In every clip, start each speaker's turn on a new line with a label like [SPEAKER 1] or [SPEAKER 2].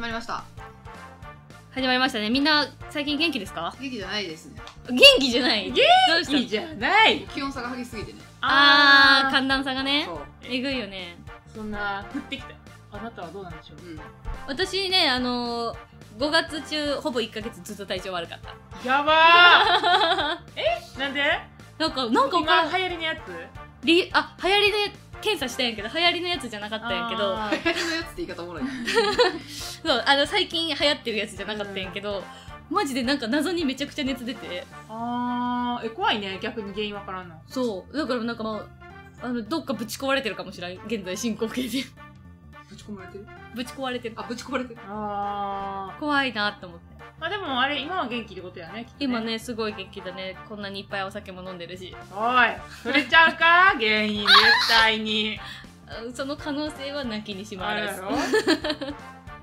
[SPEAKER 1] まりました
[SPEAKER 2] 始まりましたねみんな最近元気ですか
[SPEAKER 1] 元気じゃないですね
[SPEAKER 2] 元気じゃない
[SPEAKER 3] 元
[SPEAKER 2] どうした
[SPEAKER 3] いいじゃない
[SPEAKER 1] 気温差が激しすぎてね
[SPEAKER 2] あー寒暖差がね
[SPEAKER 3] そう
[SPEAKER 2] えぐいよね
[SPEAKER 3] そんな降ってきたあなたはどうなんでしょう
[SPEAKER 1] う
[SPEAKER 2] 私ねあのー、5月中ほぼ1ヶ月ずっと体調悪か った
[SPEAKER 3] やばーなんで
[SPEAKER 2] なんかなんかお
[SPEAKER 3] 今
[SPEAKER 2] か
[SPEAKER 3] 流
[SPEAKER 2] ん
[SPEAKER 3] 行りのやつ
[SPEAKER 2] りあ流行りで検査したんやけど流行りのやつじゃなかったんやけど
[SPEAKER 3] あ
[SPEAKER 1] ん流行りのやつって言い方おもろいな
[SPEAKER 2] そうあの最近流行ってるやつじゃなかったんやけど、マジでなんか謎にめちゃくちゃ熱出て
[SPEAKER 3] ーあーえ怖いね逆に原因わからんの
[SPEAKER 2] そうだからなんかまああのどっかぶち壊れてるかもしれない現在進行形で
[SPEAKER 1] ぶち込まれてる
[SPEAKER 2] ぶち壊れてる
[SPEAKER 1] あぶち込まれてる
[SPEAKER 3] あ
[SPEAKER 2] 怖いなと思って
[SPEAKER 3] ーまあでもあれ今は元気ってことやねきっと
[SPEAKER 2] 今ねすごい元気だねこんなにいっぱいお酒も飲んでるし
[SPEAKER 3] おい触れちゃうか原因絶対 に
[SPEAKER 2] あその可能性はなきにしも
[SPEAKER 3] あ
[SPEAKER 2] あ
[SPEAKER 3] る
[SPEAKER 2] ら
[SPEAKER 3] や
[SPEAKER 2] ず
[SPEAKER 3] ろ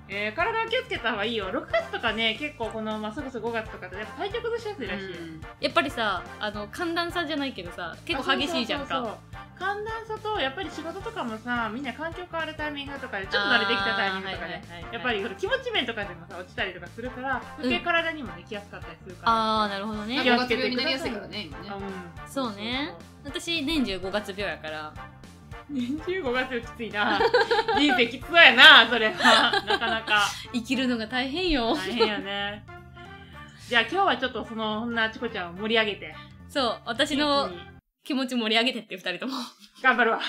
[SPEAKER 3] えー、体は気をつけた方がいいよ6月とかね結構この、まあ、それこそ5月とかってやっぱ体調崩しやすいらしいよ、
[SPEAKER 2] やっぱりさあの寒暖差じゃないけどさ結構激しいじゃんか
[SPEAKER 3] あそうそうそうそう寒暖差とやっぱり仕事とかもさみんな環境変わるタイミングとかでちょっと慣れてきたタイミング
[SPEAKER 2] あーは
[SPEAKER 3] とかで、
[SPEAKER 2] いはいはいはい
[SPEAKER 3] やっぱりこれ気持ち面とかでもさ落ちたりとかするから余計体にもね来やすかったりするから、
[SPEAKER 2] あーなるほど
[SPEAKER 1] なん
[SPEAKER 2] ね
[SPEAKER 1] か
[SPEAKER 3] や
[SPEAKER 1] 5月病になりやすいからね今ね
[SPEAKER 3] あうん
[SPEAKER 2] そうね私年中5月病やから
[SPEAKER 3] 年中5月よきついな人生きつそうやなそれはなかなか
[SPEAKER 2] 生きるのが大変よ、
[SPEAKER 3] 大変やねじゃあ今日はちょっとそのそんなチコちゃんを盛り上げて
[SPEAKER 2] そう私
[SPEAKER 3] 元
[SPEAKER 2] の
[SPEAKER 3] 気に
[SPEAKER 2] 気持ち盛り上げてって二人とも
[SPEAKER 3] 頑張るわ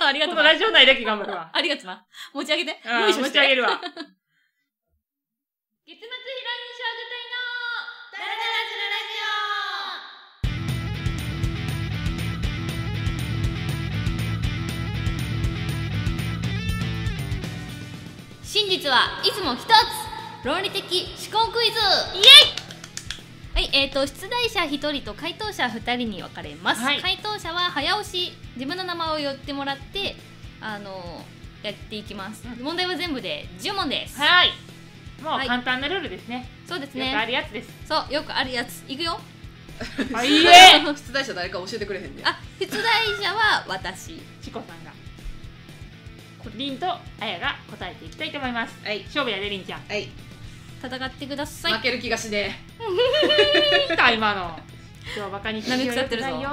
[SPEAKER 2] ありが
[SPEAKER 3] ことの
[SPEAKER 2] な
[SPEAKER 3] ラジオ内だけ頑張る わ
[SPEAKER 2] ありがとな持ち上げて
[SPEAKER 3] うん
[SPEAKER 2] よいしょ
[SPEAKER 3] 持
[SPEAKER 2] し
[SPEAKER 3] ち上げ
[SPEAKER 2] て
[SPEAKER 3] るわ
[SPEAKER 2] 月末ヒロイン小具隊の真実はいつも一つ論理的思考クイズイエイはい、えー、と出題者1人と回答者2人に分かれます、
[SPEAKER 3] はい
[SPEAKER 2] 回答者は早押し自分の名前を言ってもらってあのやっていきます、
[SPEAKER 3] う
[SPEAKER 2] 問題は全部で10問です、
[SPEAKER 3] はいも
[SPEAKER 2] は
[SPEAKER 3] う
[SPEAKER 2] い
[SPEAKER 3] 簡単なルールですね、
[SPEAKER 2] そうです
[SPEAKER 3] よくあ
[SPEAKER 2] ね
[SPEAKER 3] るやつです
[SPEAKER 2] そうよくあるやついくよ
[SPEAKER 3] あいいえ
[SPEAKER 1] 出題者誰か教えてくれへんね
[SPEAKER 2] あ出題者は私
[SPEAKER 3] チコさんがリンとあやが答えていきたいと思います
[SPEAKER 1] はい
[SPEAKER 3] 勝負やでりんちゃん
[SPEAKER 1] はい
[SPEAKER 2] 戦ってください
[SPEAKER 1] 負ける気がしね
[SPEAKER 3] 見た今の今日バカにして
[SPEAKER 2] 舐め腐ってるぞ
[SPEAKER 3] よくないよ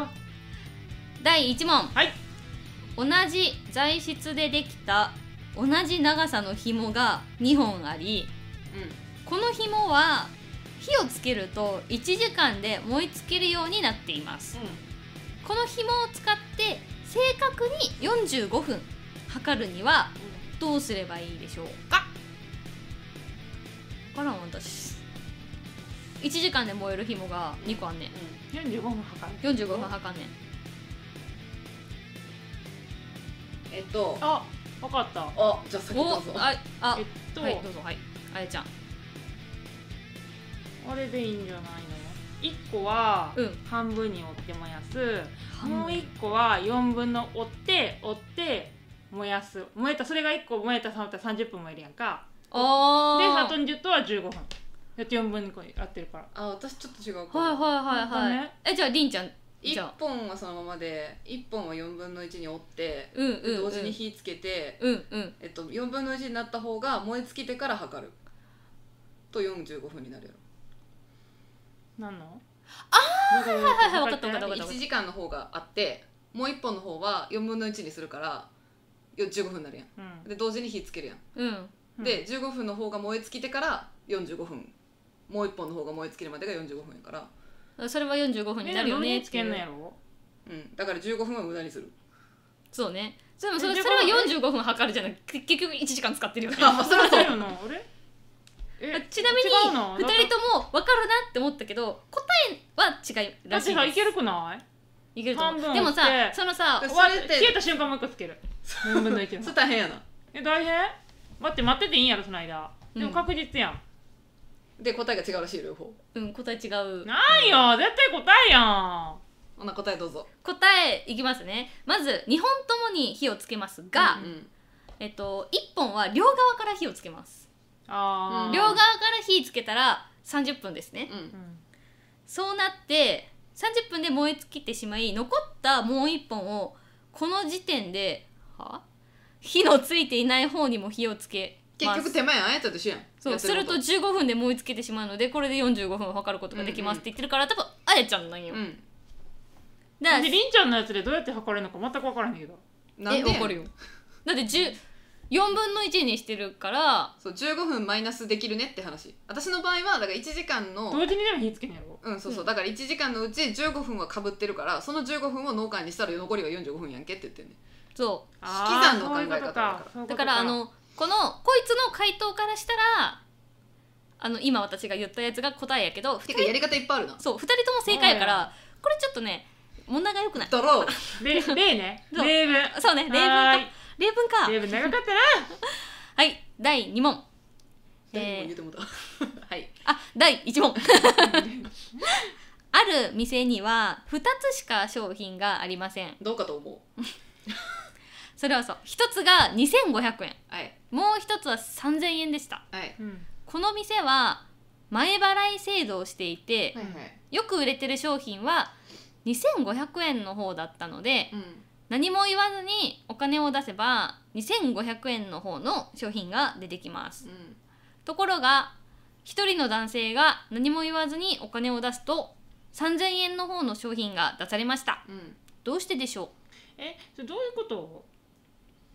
[SPEAKER 2] 第1問
[SPEAKER 3] はい
[SPEAKER 2] 同じ材質でできた同じ長さの紐が2本あり
[SPEAKER 1] う
[SPEAKER 2] この紐は火をつけると1時間で燃え尽きるようになっていますこの紐を使って正確に45分測るにはどうすればいいでしょうかわからん私1時間で燃える紐が2個あんねん
[SPEAKER 3] 45分測る
[SPEAKER 2] 45分測んねん
[SPEAKER 1] んえっと
[SPEAKER 3] あ分かった
[SPEAKER 1] あじゃあ先ど
[SPEAKER 2] お
[SPEAKER 1] うぞ
[SPEAKER 2] ああ
[SPEAKER 3] えっと、
[SPEAKER 2] はいどうぞはいあやちゃん
[SPEAKER 3] あれでいいんじゃないの一個は
[SPEAKER 2] うん
[SPEAKER 3] 半分に折って燃やすもう一個は四分の折って折って燃やす燃えたそれが一個燃えた3ったら30分燃えるやんか
[SPEAKER 2] お
[SPEAKER 3] で
[SPEAKER 2] ー
[SPEAKER 3] サトンジュットは15分やって4分にこうやってるから
[SPEAKER 1] あ私ちょっと違うか
[SPEAKER 2] はい
[SPEAKER 1] も
[SPEAKER 2] はいはいはい、
[SPEAKER 3] なんかね
[SPEAKER 2] えじゃありんちゃんじ
[SPEAKER 1] 一
[SPEAKER 2] ゃあ
[SPEAKER 1] 本はそのままで一本は4分の1に折って
[SPEAKER 2] うんうんうん
[SPEAKER 1] 同時に火つけて
[SPEAKER 2] うんうん
[SPEAKER 1] えっと4分の1になった方が燃え尽きてから測ると45分になるやろ
[SPEAKER 3] なんのああ
[SPEAKER 2] はいはいはい
[SPEAKER 3] 分
[SPEAKER 2] わかったわかった
[SPEAKER 1] で1時間の方があってもう1本の方は4分の1にするからよ15分になるやんで同時に火つけるやん、
[SPEAKER 2] うん
[SPEAKER 1] で15分の方が燃え尽きてから45分もう1本の方が燃え尽きるまでが45分やから、
[SPEAKER 2] それは45分になるよね
[SPEAKER 3] つけんのやろ
[SPEAKER 1] うん、だから15分は無駄にする
[SPEAKER 2] そうねそれもそれ
[SPEAKER 3] 45
[SPEAKER 2] それは45分測るじゃなくて結局1時間使ってるよ ね
[SPEAKER 1] あそらそう
[SPEAKER 3] よなあれえ
[SPEAKER 2] ちなみに
[SPEAKER 3] 違う
[SPEAKER 2] 2
[SPEAKER 3] の
[SPEAKER 2] 人とも分かるなって思ったけど答えは違いら
[SPEAKER 3] だっ
[SPEAKER 2] しいで
[SPEAKER 3] てさ
[SPEAKER 2] す
[SPEAKER 3] いけるくない
[SPEAKER 2] いけると思う
[SPEAKER 3] 半分
[SPEAKER 2] でもさ
[SPEAKER 3] して
[SPEAKER 2] そのさ
[SPEAKER 1] だ
[SPEAKER 3] 終
[SPEAKER 1] そ
[SPEAKER 3] わ
[SPEAKER 1] れ
[SPEAKER 3] っ
[SPEAKER 1] ってて
[SPEAKER 3] 消えた瞬間もう一個つける4分の1
[SPEAKER 1] そ
[SPEAKER 3] の
[SPEAKER 1] れ大変やな
[SPEAKER 3] え大変待って待ってていいんやろその間でも
[SPEAKER 2] うん
[SPEAKER 3] 確実やん、
[SPEAKER 1] で答えが違うらしい両方
[SPEAKER 2] うん答え違う
[SPEAKER 3] ないよ絶対答えやん
[SPEAKER 1] ほな答えどうぞ
[SPEAKER 2] 答えいきますねまず2本ともに火をつけますが、
[SPEAKER 1] うんうん
[SPEAKER 2] えっと、1本は両側から火をつけます、
[SPEAKER 3] あー
[SPEAKER 1] うん
[SPEAKER 2] 両側から火つけたら30分ですね、
[SPEAKER 1] うん
[SPEAKER 3] うん
[SPEAKER 2] そうなって30分で燃え尽きてしまい残ったもう1本をこの時点では火のついていない方にも火をつけ
[SPEAKER 1] 結局手前あんやったと一緒やん
[SPEAKER 2] そうすると15分で燃え尽きてしまうのでこれで45分を測ることができますって言ってるから、多分あやちゃんなんよ、
[SPEAKER 1] うん
[SPEAKER 2] だから
[SPEAKER 3] でりんちゃんのやつでどうやって測れるのか全く分からへんけど
[SPEAKER 1] なん
[SPEAKER 2] え
[SPEAKER 1] で
[SPEAKER 2] わかるよだって10 4分の1にしてるから
[SPEAKER 1] そう15分マイナスできるねって話私の場合はだから1時間の
[SPEAKER 3] 同時にでも火つけへんやろ
[SPEAKER 1] うんそうそうだから1時間のうち15分はかぶってるからその15分を脳幹にしたら残りは45分やんけって言ってんね
[SPEAKER 2] そ
[SPEAKER 3] あー
[SPEAKER 1] 引き算の考え方だから
[SPEAKER 3] そういううこと
[SPEAKER 2] だからあのこのこいつの回答からしたらあの今私が言ったやつが答えやけど
[SPEAKER 1] て
[SPEAKER 2] 2
[SPEAKER 1] かや
[SPEAKER 2] 人
[SPEAKER 1] り方いっぱいあるな
[SPEAKER 2] そう二人とも正解やからこれちょっとね問題がよ くない
[SPEAKER 1] だろう
[SPEAKER 3] で例ね
[SPEAKER 2] そう
[SPEAKER 3] 例文
[SPEAKER 2] そうね例文
[SPEAKER 3] は
[SPEAKER 2] か
[SPEAKER 3] ーい
[SPEAKER 2] 例文か
[SPEAKER 3] 例文長かったな
[SPEAKER 2] はい第2問えー
[SPEAKER 1] 言うてもうたはい
[SPEAKER 2] あ第1問ある店には2つしか商品がありません
[SPEAKER 1] どうかと思う
[SPEAKER 2] それはそう1つが2500円
[SPEAKER 1] はい
[SPEAKER 2] もう1つは3000円でした
[SPEAKER 1] はい
[SPEAKER 3] うん
[SPEAKER 2] この店は前払い制度をしていて、
[SPEAKER 1] はいはい
[SPEAKER 2] よく売れてる商品は2500円の方だったので
[SPEAKER 1] うん
[SPEAKER 2] 何も言わずにお金を出せば2500円の方の商品が出てきます
[SPEAKER 1] うん
[SPEAKER 2] ところが1人の男性が何も言わずにお金を出すと3000円の方の商品が出されました
[SPEAKER 1] うん
[SPEAKER 2] どうしてでしょ
[SPEAKER 3] えそれどういうこと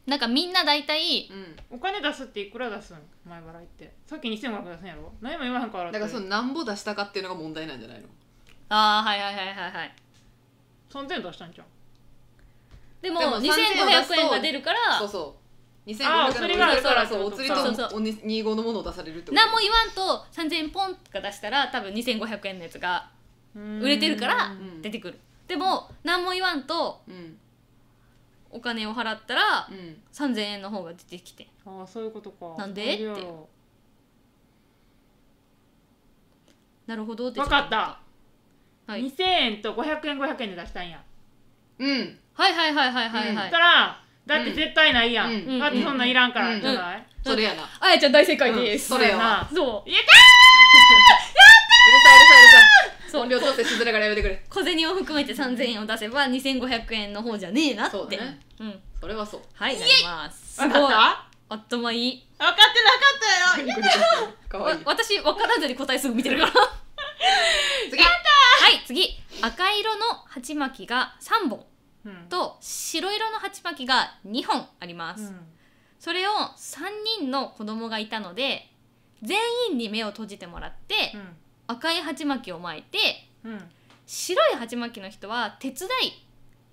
[SPEAKER 2] うなんかみんな大体
[SPEAKER 1] うん
[SPEAKER 3] お金出すっていくら出すん前払いってさっき2500出すんやろ何も言わへんからっ
[SPEAKER 1] だか
[SPEAKER 3] て
[SPEAKER 1] らそのなんぼ出したかっていうのが問題なんじゃないの
[SPEAKER 2] ああはいはいはいはいはい
[SPEAKER 3] 3000出したんじゃん
[SPEAKER 2] でも
[SPEAKER 1] でも
[SPEAKER 2] 2500
[SPEAKER 1] 3000円出すと
[SPEAKER 2] 円が出るから
[SPEAKER 1] そうそう2500
[SPEAKER 3] あーそれがあるから
[SPEAKER 1] そうお釣りと
[SPEAKER 2] そうそうそう
[SPEAKER 1] おに25のものを出されるってこと
[SPEAKER 2] 何も言わんと3000円ポンとか出したら多分2500円のやつが
[SPEAKER 3] 売
[SPEAKER 2] 売れてるから
[SPEAKER 1] うん
[SPEAKER 2] 出てくるでも何も言わんと
[SPEAKER 1] うん
[SPEAKER 2] お金を払ったら
[SPEAKER 1] うん
[SPEAKER 2] 3000円の方が出てきて
[SPEAKER 3] ああそういうことか
[SPEAKER 2] なんで
[SPEAKER 3] そういう
[SPEAKER 2] って
[SPEAKER 3] よ
[SPEAKER 2] なるほどって
[SPEAKER 3] わかった、
[SPEAKER 2] はい
[SPEAKER 3] 2000円と500円500円で出したんや、
[SPEAKER 1] うん
[SPEAKER 2] はいはいはいはいはいは
[SPEAKER 1] う
[SPEAKER 2] い
[SPEAKER 3] だからだって絶対ないやん、
[SPEAKER 1] うん
[SPEAKER 3] だってそんなんいらんから、
[SPEAKER 1] うん
[SPEAKER 3] じゃない、
[SPEAKER 1] それやな
[SPEAKER 2] あやちゃん大正解
[SPEAKER 1] うんそれや
[SPEAKER 3] な
[SPEAKER 1] わ
[SPEAKER 2] そう
[SPEAKER 1] うるさいうるさいうるさい
[SPEAKER 2] そう
[SPEAKER 1] 音量調整しづらいからやめてくれ
[SPEAKER 2] 小銭を含めて3000円を出せば2500円の方じゃねえなって
[SPEAKER 1] そうだね
[SPEAKER 2] うん
[SPEAKER 1] それはそう
[SPEAKER 2] はいなりますす
[SPEAKER 3] わ
[SPEAKER 2] ごい
[SPEAKER 3] かった分
[SPEAKER 2] あ
[SPEAKER 3] か
[SPEAKER 2] 頭いい
[SPEAKER 3] ってなかったよ
[SPEAKER 1] か
[SPEAKER 2] わ
[SPEAKER 1] わい い
[SPEAKER 2] 私分からずに答えすぐ見てるからは
[SPEAKER 1] 次
[SPEAKER 2] い次赤色の鉢巻きが3本
[SPEAKER 3] うん
[SPEAKER 2] と白色の鉢巻きが2本あります、それを3人の子供がいたので全員に目を閉じてもらって、
[SPEAKER 3] う
[SPEAKER 2] 赤い鉢巻きを巻いて
[SPEAKER 3] んうん
[SPEAKER 2] 白い鉢巻きの人は手伝い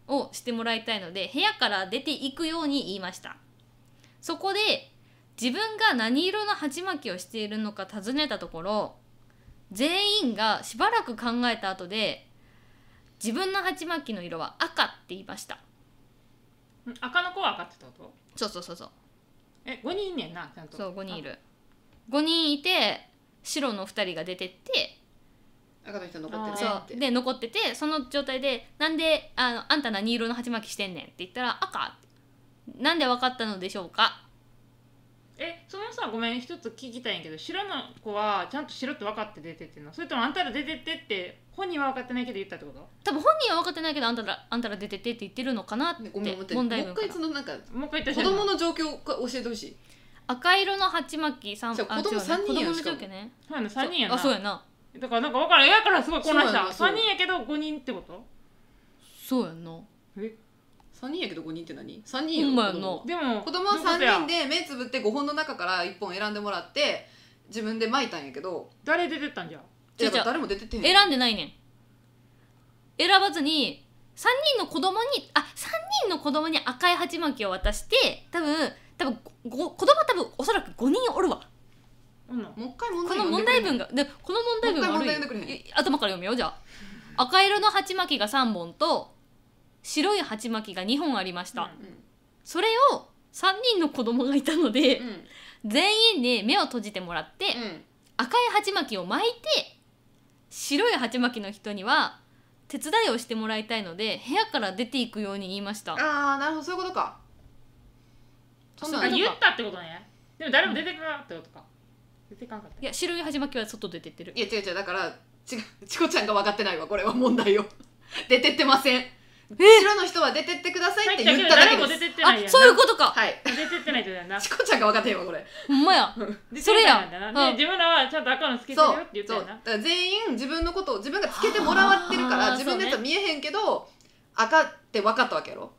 [SPEAKER 2] をしてもらいたいので部屋から出ていくように言いましたそこで自分が何色の鉢巻きをしているのか尋ねたところ全員がしばらく考えた後で自分の鉢巻きの色は赤って言いました
[SPEAKER 3] うん赤の子は赤ってこと
[SPEAKER 2] そうそうそうそう
[SPEAKER 3] え五人いんねんなちゃんと
[SPEAKER 2] そう5人いる5人いて白の2人が出てって
[SPEAKER 1] 赤の人残ってるね
[SPEAKER 2] そ
[SPEAKER 1] って
[SPEAKER 2] うで残っててその状態で「なんであのあんた何色の鉢巻きしてんねん」って言ったら「赤」なんで分かったのでしょうか
[SPEAKER 3] えそのさごめん一つ聞きたいんやけど白の子はちゃんと白って分かって出てってんのそれともあんたら出てってって本人は分かってないけど言ったってこと
[SPEAKER 2] 多分本人は分かってないけどあんたらあんたら出てってって言ってるのかなって
[SPEAKER 1] ねごめん待ってもう
[SPEAKER 2] 問題
[SPEAKER 1] 一
[SPEAKER 2] 文か
[SPEAKER 1] 回
[SPEAKER 2] ら
[SPEAKER 1] その なんか
[SPEAKER 3] もう一回言った
[SPEAKER 1] 子
[SPEAKER 3] し
[SPEAKER 1] 供の状況を教えてほしい
[SPEAKER 2] 赤色の鉢巻きさん
[SPEAKER 1] じゃあ
[SPEAKER 2] あ
[SPEAKER 1] 子供
[SPEAKER 2] 違うね
[SPEAKER 1] 三人やん
[SPEAKER 2] 子供の
[SPEAKER 1] しか
[SPEAKER 2] 状
[SPEAKER 1] も
[SPEAKER 2] 況ね
[SPEAKER 3] そうやな3人や
[SPEAKER 2] そう
[SPEAKER 3] な
[SPEAKER 2] あそうやな
[SPEAKER 3] だからなんか分からんやからすごい混乱
[SPEAKER 1] そ
[SPEAKER 3] し
[SPEAKER 1] うや
[SPEAKER 3] た
[SPEAKER 1] なそう
[SPEAKER 3] 3人やけど5人ってこと
[SPEAKER 2] そうやな
[SPEAKER 3] え
[SPEAKER 1] 3人やけど5人って何 ?3 人
[SPEAKER 2] ほんま
[SPEAKER 1] 子
[SPEAKER 2] や
[SPEAKER 1] 供
[SPEAKER 2] な
[SPEAKER 3] でも
[SPEAKER 1] 子供は
[SPEAKER 3] どういうこと
[SPEAKER 1] 3
[SPEAKER 3] や
[SPEAKER 1] 人で目つぶって5本の中から1本選んでもらって自分で巻いたんやけど
[SPEAKER 3] 誰出てったんじゃ
[SPEAKER 2] じゃあ
[SPEAKER 1] いや誰も出てってへん
[SPEAKER 2] 選んでないねん選ばずに3人の子供にあ三3人の子供に赤い鉢巻きを渡して多分多分ご子供多分おそらく5人おるわ
[SPEAKER 3] おんの
[SPEAKER 1] もう一回問
[SPEAKER 2] こ
[SPEAKER 1] 題
[SPEAKER 2] の
[SPEAKER 1] 読んで
[SPEAKER 2] 問
[SPEAKER 1] くれ
[SPEAKER 2] 題文がでこの問題文が
[SPEAKER 1] もう
[SPEAKER 2] 悪
[SPEAKER 1] 一回問題
[SPEAKER 2] い
[SPEAKER 1] 読んでくれへん
[SPEAKER 2] い頭から読むよじゃあ赤色の鉢巻きが3本と白い鉢巻きが2本ありました、
[SPEAKER 3] う
[SPEAKER 2] それを3人の子供がいたので、
[SPEAKER 1] うんうん
[SPEAKER 2] 全員に目を閉じてもらって、
[SPEAKER 1] うん
[SPEAKER 2] 赤い鉢巻きを巻いて白い鉢巻きの人には手伝いをしてもらいたいので部屋から出ていくように言いました
[SPEAKER 1] ああなるほどそういうことかそんな
[SPEAKER 3] あ
[SPEAKER 1] ん
[SPEAKER 2] そういう
[SPEAKER 1] あ
[SPEAKER 2] こ
[SPEAKER 3] 言ったってことねでも誰も出てかなかったってことか出てかんかった
[SPEAKER 2] いや白い鉢巻きは外出てってる
[SPEAKER 1] いや違う違うだから違うチコちゃんが分かってないわこれは問題を出てってません後ろの人は出てってくださいって言っただけ
[SPEAKER 3] 誰も出
[SPEAKER 1] です
[SPEAKER 3] てってないや
[SPEAKER 2] あ
[SPEAKER 3] んな
[SPEAKER 2] そういうことか
[SPEAKER 1] はい
[SPEAKER 3] 出てってないってことやん な
[SPEAKER 1] チコちゃんが分かってへんわこれ
[SPEAKER 2] ほんまやそれや
[SPEAKER 3] 出てってないんだ
[SPEAKER 2] う
[SPEAKER 3] なで
[SPEAKER 2] ん
[SPEAKER 3] 自分らはちゃんと赤のつけてる
[SPEAKER 1] そ
[SPEAKER 3] よ
[SPEAKER 1] う
[SPEAKER 3] って言った
[SPEAKER 1] そ
[SPEAKER 3] よ
[SPEAKER 1] うだ
[SPEAKER 3] な
[SPEAKER 1] から全員自分のことを自分がつけてもらわってるから
[SPEAKER 2] あー
[SPEAKER 1] 自分のやつは見えへんけど、赤って分かったわけやろ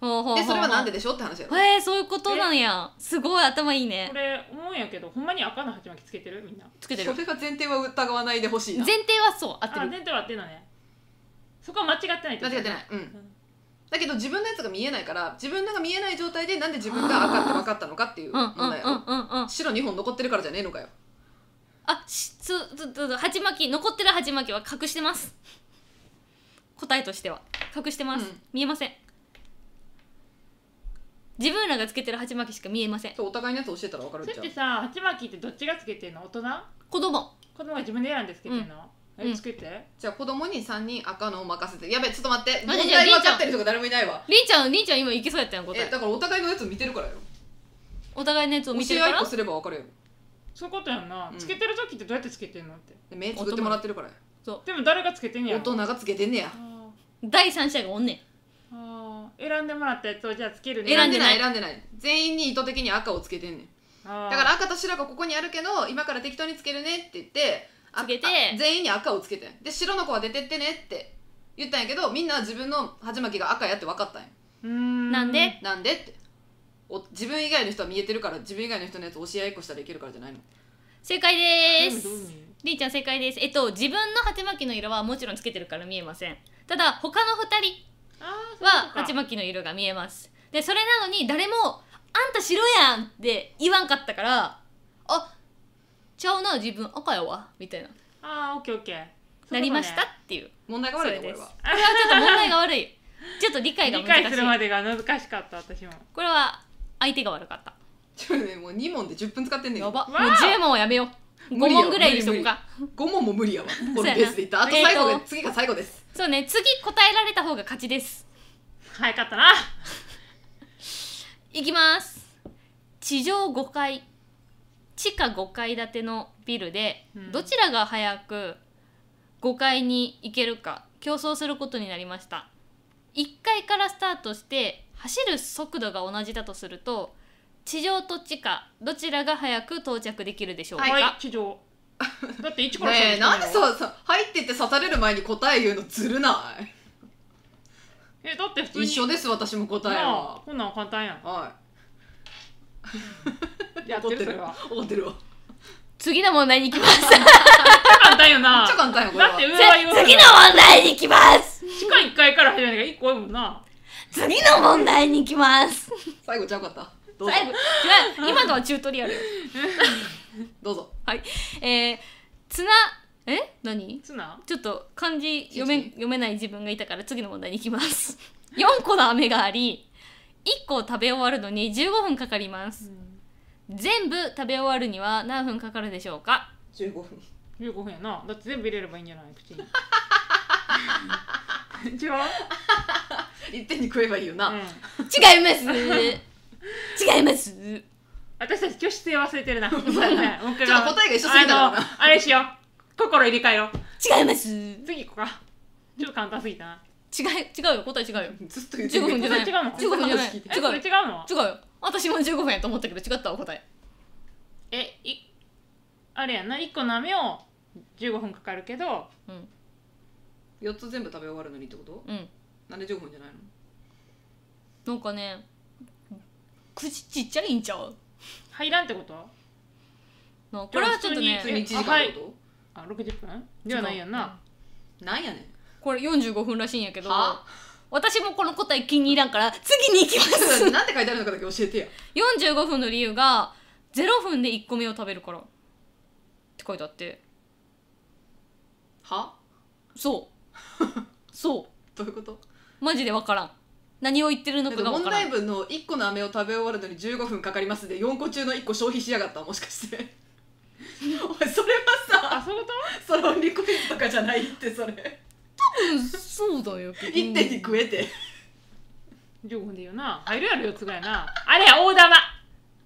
[SPEAKER 2] ほうほうほうほう
[SPEAKER 1] でそれはなんででしょって話やろ
[SPEAKER 2] へえそういうことなんやすごい頭いいね
[SPEAKER 3] これ思うんやけどほんまに赤の鉢巻きつけてるみんな
[SPEAKER 2] つけてる
[SPEAKER 1] それが前提は疑わないでほしい
[SPEAKER 2] 前
[SPEAKER 1] な
[SPEAKER 2] 提はそう合って
[SPEAKER 3] あ
[SPEAKER 2] る
[SPEAKER 3] 全然合ってんのねそこは間違ってないって
[SPEAKER 1] 間
[SPEAKER 3] こ
[SPEAKER 1] 違
[SPEAKER 3] と
[SPEAKER 1] ってない、うん
[SPEAKER 3] ん
[SPEAKER 1] だけど自分のやつが見えないから自分のが見えない状態でなんで自分が赤って分かったのかっていう
[SPEAKER 2] うんうん
[SPEAKER 1] 問
[SPEAKER 2] うんうん
[SPEAKER 1] 題やろ
[SPEAKER 2] うん
[SPEAKER 1] 白2本残ってるからじゃねえのかよ
[SPEAKER 2] あしつつつつ鉢巻き残ってる鉢巻きは隠してます答えとしては隠してます、
[SPEAKER 1] うん
[SPEAKER 2] 見えません自分らがつけてる鉢巻きしか見えません
[SPEAKER 1] そうお互いのやつ教えたら分かる
[SPEAKER 3] そ
[SPEAKER 1] じ
[SPEAKER 3] れ
[SPEAKER 1] ゃ
[SPEAKER 3] っ
[SPEAKER 1] ん
[SPEAKER 3] てさ鉢巻きってどっちがつけてんの大人
[SPEAKER 2] 子供
[SPEAKER 3] 子供が自分で選んでつけてんの、
[SPEAKER 2] うんう
[SPEAKER 3] え
[SPEAKER 2] ん
[SPEAKER 3] つけて
[SPEAKER 1] じゃあ子供に3人赤のを任せてやべちょっと待って
[SPEAKER 2] マ
[SPEAKER 1] 問
[SPEAKER 2] ジで
[SPEAKER 1] 題分かってる人が誰もいないわ
[SPEAKER 2] りんちゃんりんちゃん今いけそうやったやん答
[SPEAKER 1] え
[SPEAKER 2] え
[SPEAKER 1] だからお互いのやつ見てるからよ
[SPEAKER 2] お互いのやつを見
[SPEAKER 1] 教
[SPEAKER 2] て
[SPEAKER 1] え
[SPEAKER 2] るか
[SPEAKER 1] 合いっ
[SPEAKER 2] ら
[SPEAKER 1] こすれば分かるよ
[SPEAKER 3] そういうことやんな、
[SPEAKER 1] うん
[SPEAKER 3] つけてる時ってどうやってつけてんのって
[SPEAKER 1] で目つぶってもらってるからよ
[SPEAKER 3] でも誰がつけてんねや
[SPEAKER 1] 大
[SPEAKER 3] ろ
[SPEAKER 1] 人がつけてんねや
[SPEAKER 3] あ
[SPEAKER 2] 第三者がおんねん
[SPEAKER 3] ーあー選んでもらったやつをじゃあつけるね
[SPEAKER 2] 選んでない
[SPEAKER 1] 選んでない全員に意図的に赤をつけてんねん
[SPEAKER 3] あー
[SPEAKER 1] だから赤と白がここにあるけど今から適当につけるねって言ってあ
[SPEAKER 2] つけて
[SPEAKER 1] あ全員に赤をつけてんで白の子は出てってねって言ったんやけどみんな自分の鉢巻きが赤やって分かったんや
[SPEAKER 3] うーん
[SPEAKER 2] なんで
[SPEAKER 1] なんでってお自分以外の人は見えてるから自分以外の人のやつ押し合いっこしたらいけるからじゃないの
[SPEAKER 2] 正解で
[SPEAKER 3] どういう意
[SPEAKER 2] す
[SPEAKER 3] 味
[SPEAKER 2] りんちゃん正解ですえっと自分の鉢巻きの色はもちろんつけてるから見えませんただ他の二人
[SPEAKER 3] あーそう
[SPEAKER 2] は
[SPEAKER 3] いうことか
[SPEAKER 2] 鉢巻きの色が見えますでそれなのに誰も「あんた白やん!」って言わんかったから「あちゃうな自分赤やわ」みたいな、
[SPEAKER 3] ああオッケーオッケーそ
[SPEAKER 2] な
[SPEAKER 3] ういうことね
[SPEAKER 2] りましたっていう
[SPEAKER 1] 問題が
[SPEAKER 2] そ
[SPEAKER 1] 悪い
[SPEAKER 2] れ
[SPEAKER 1] ねこ
[SPEAKER 2] で
[SPEAKER 1] れ
[SPEAKER 2] す
[SPEAKER 1] は
[SPEAKER 2] これはちょっと問題が悪いちょっと理解が
[SPEAKER 3] 理
[SPEAKER 2] 難しい
[SPEAKER 3] 解するまでが難しかった私も
[SPEAKER 2] これは相手が悪かった
[SPEAKER 1] ちょっとねもう2問で10分使ってんねん
[SPEAKER 2] やば
[SPEAKER 3] わ
[SPEAKER 2] もう10問はやめよう5
[SPEAKER 1] 無理よ
[SPEAKER 2] 問ぐらいにしとこうか
[SPEAKER 1] 5問も無理やわこ
[SPEAKER 2] そうや
[SPEAKER 1] のペ
[SPEAKER 2] な
[SPEAKER 1] ースでいったあと最後
[SPEAKER 2] えー
[SPEAKER 1] が
[SPEAKER 2] と
[SPEAKER 1] 次が最後です
[SPEAKER 2] そうね次答えられた方が勝ちです
[SPEAKER 3] 早かったない
[SPEAKER 2] きます地上5階地下5階建てのビルで、
[SPEAKER 3] うん
[SPEAKER 2] どちらが早く5階に行けるか競争することになりました1階からスタートして走る速度が同じだとすると地上と地下どちらが早く到着できるでしょうか、
[SPEAKER 1] はい
[SPEAKER 3] はい 地上だって1から
[SPEAKER 1] ねえなんで
[SPEAKER 3] う
[SPEAKER 1] そうそう入ってって刺される前に答え言うのずるない
[SPEAKER 3] えだって普通に
[SPEAKER 1] 一緒です私も答え
[SPEAKER 3] なあ
[SPEAKER 1] は
[SPEAKER 3] こんなん簡単やん
[SPEAKER 1] は
[SPEAKER 3] や
[SPEAKER 1] い
[SPEAKER 3] ってるそれは
[SPEAKER 1] 怒ってるわめっ
[SPEAKER 2] 次の問題に行きます
[SPEAKER 3] 簡単よな
[SPEAKER 1] ちゃ簡単よこれ
[SPEAKER 3] だ
[SPEAKER 1] は
[SPEAKER 3] って上
[SPEAKER 2] 次
[SPEAKER 3] は言わない
[SPEAKER 2] の問題に行きます
[SPEAKER 3] 地下1階から始めるのが1個多いもんな
[SPEAKER 2] 次の問題に行き ます
[SPEAKER 1] 最後ちゃうかったどうぞ
[SPEAKER 2] 最後違う今のはチュートリアルよ
[SPEAKER 1] どうぞ
[SPEAKER 2] えー、つなえ何
[SPEAKER 3] ツナ
[SPEAKER 2] ちょっと漢字読
[SPEAKER 1] ち
[SPEAKER 2] め
[SPEAKER 1] ち
[SPEAKER 2] 読めない自分がいたから次の問題に行きます 4個の飴があり1個を食べ終わるのに15分かかります全部食べ終わるには何分かかるでしょうか
[SPEAKER 1] 15分
[SPEAKER 3] 15分やなだって全部入れればいいんじゃない 口に違う、
[SPEAKER 1] 一点に食えばいいよな、
[SPEAKER 3] うん、
[SPEAKER 2] 違います違います
[SPEAKER 3] 私たち挙手制忘れてるなちょっと
[SPEAKER 1] やなちょっと答えが一緒すぎたの
[SPEAKER 3] あの
[SPEAKER 1] かな
[SPEAKER 3] あれしよう心入れ替えよう
[SPEAKER 2] 違います違い
[SPEAKER 3] 次行こうかちょっと簡単すぎたな
[SPEAKER 2] 違うよ答え違うよ
[SPEAKER 1] ずっと言って
[SPEAKER 2] 15
[SPEAKER 1] る
[SPEAKER 2] 分じ
[SPEAKER 1] けど
[SPEAKER 2] ゃない
[SPEAKER 3] 違うの
[SPEAKER 2] 15分じゃない
[SPEAKER 1] 違う
[SPEAKER 3] えこれ
[SPEAKER 2] 違う
[SPEAKER 3] 違うの
[SPEAKER 2] 違うよ私も15分やと思ったけど違ったわ答え
[SPEAKER 3] えいあれやな1個の飴を15分かかるけど
[SPEAKER 2] うん
[SPEAKER 1] 4つ全部食べ終わるのにってこと
[SPEAKER 2] うん
[SPEAKER 1] なんで15分じゃないの
[SPEAKER 2] なんかね口ちっちゃいんちゃう
[SPEAKER 3] 入らんってこと
[SPEAKER 2] なこれはちょっとね
[SPEAKER 1] 普通に1時
[SPEAKER 3] あは
[SPEAKER 1] 間っ
[SPEAKER 3] い
[SPEAKER 1] てこ
[SPEAKER 3] あ60分ではないやんな
[SPEAKER 1] となんやねん
[SPEAKER 2] これ45分らしいんやけど
[SPEAKER 1] は
[SPEAKER 2] 私もこの答え気に入らんから次に行きま
[SPEAKER 1] ちょっ
[SPEAKER 2] す
[SPEAKER 1] となんて 書いてあるのかだけ教えてや
[SPEAKER 2] 45分の理由が0分で1個目を食べるからって書いてあって
[SPEAKER 1] は
[SPEAKER 2] そう そ
[SPEAKER 1] どういうこと
[SPEAKER 2] うマジで分からん何を言ってるの
[SPEAKER 1] だっ
[SPEAKER 2] か
[SPEAKER 1] て
[SPEAKER 2] が分
[SPEAKER 1] 問
[SPEAKER 2] から
[SPEAKER 1] 題
[SPEAKER 2] ん
[SPEAKER 1] 文の1個の飴を食べ終わるのに15分かかりますで4個中の1個消費しやがったもしかして お前それはさ
[SPEAKER 3] あそういうこと
[SPEAKER 1] そのリクエストとかじゃないってそれ
[SPEAKER 2] うんそうだ よ
[SPEAKER 1] 一点に食えて
[SPEAKER 3] 15分で言うな入るやろ4つぐらいなあれや大玉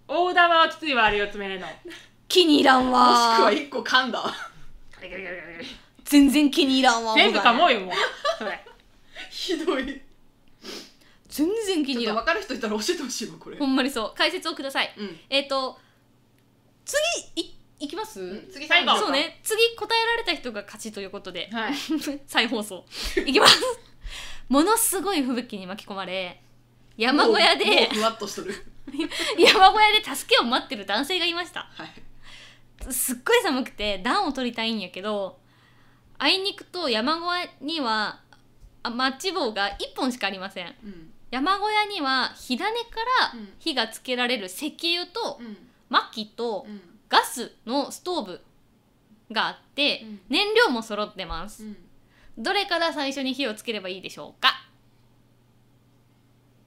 [SPEAKER 3] 大玉はきついわあれ4つ目の
[SPEAKER 2] 気に入らん
[SPEAKER 1] もしくは
[SPEAKER 2] わ
[SPEAKER 1] 1個噛んだ
[SPEAKER 3] ガリガリガリガリ
[SPEAKER 2] 全然気に入らんわ
[SPEAKER 3] 全部か
[SPEAKER 2] ほ
[SPEAKER 3] もうよもうそれ
[SPEAKER 1] ひどい
[SPEAKER 2] 全然気に入
[SPEAKER 1] ちょ
[SPEAKER 2] ら
[SPEAKER 1] っと分
[SPEAKER 2] ん
[SPEAKER 1] かる人いたら教えてほしいわこれ
[SPEAKER 2] ほんまにそう解説をください
[SPEAKER 1] うん
[SPEAKER 2] えっ、と次いいきます、
[SPEAKER 1] うん次
[SPEAKER 3] 最後
[SPEAKER 2] そうね次答えられた人が勝ちということで
[SPEAKER 3] はい
[SPEAKER 2] 再放送いきますものすごい吹雪に巻き込まれ山小屋
[SPEAKER 1] もうも
[SPEAKER 2] で
[SPEAKER 1] うふわっとしとる
[SPEAKER 2] 山小屋で助けを待ってる男性がいました
[SPEAKER 1] はい
[SPEAKER 2] すっごい寒くて暖を取りたいんやけどあいにくと山小屋にはあマッチ棒が1本しかありません
[SPEAKER 1] うん
[SPEAKER 2] 山小屋には火種から
[SPEAKER 1] うん
[SPEAKER 2] 火がつけられる石油と
[SPEAKER 1] うん
[SPEAKER 2] 薪と
[SPEAKER 1] うん
[SPEAKER 2] ガスのストーブがあって
[SPEAKER 1] うん
[SPEAKER 2] 燃料も揃ってます
[SPEAKER 1] うん
[SPEAKER 2] どれから最初に火をつければいいでしょうか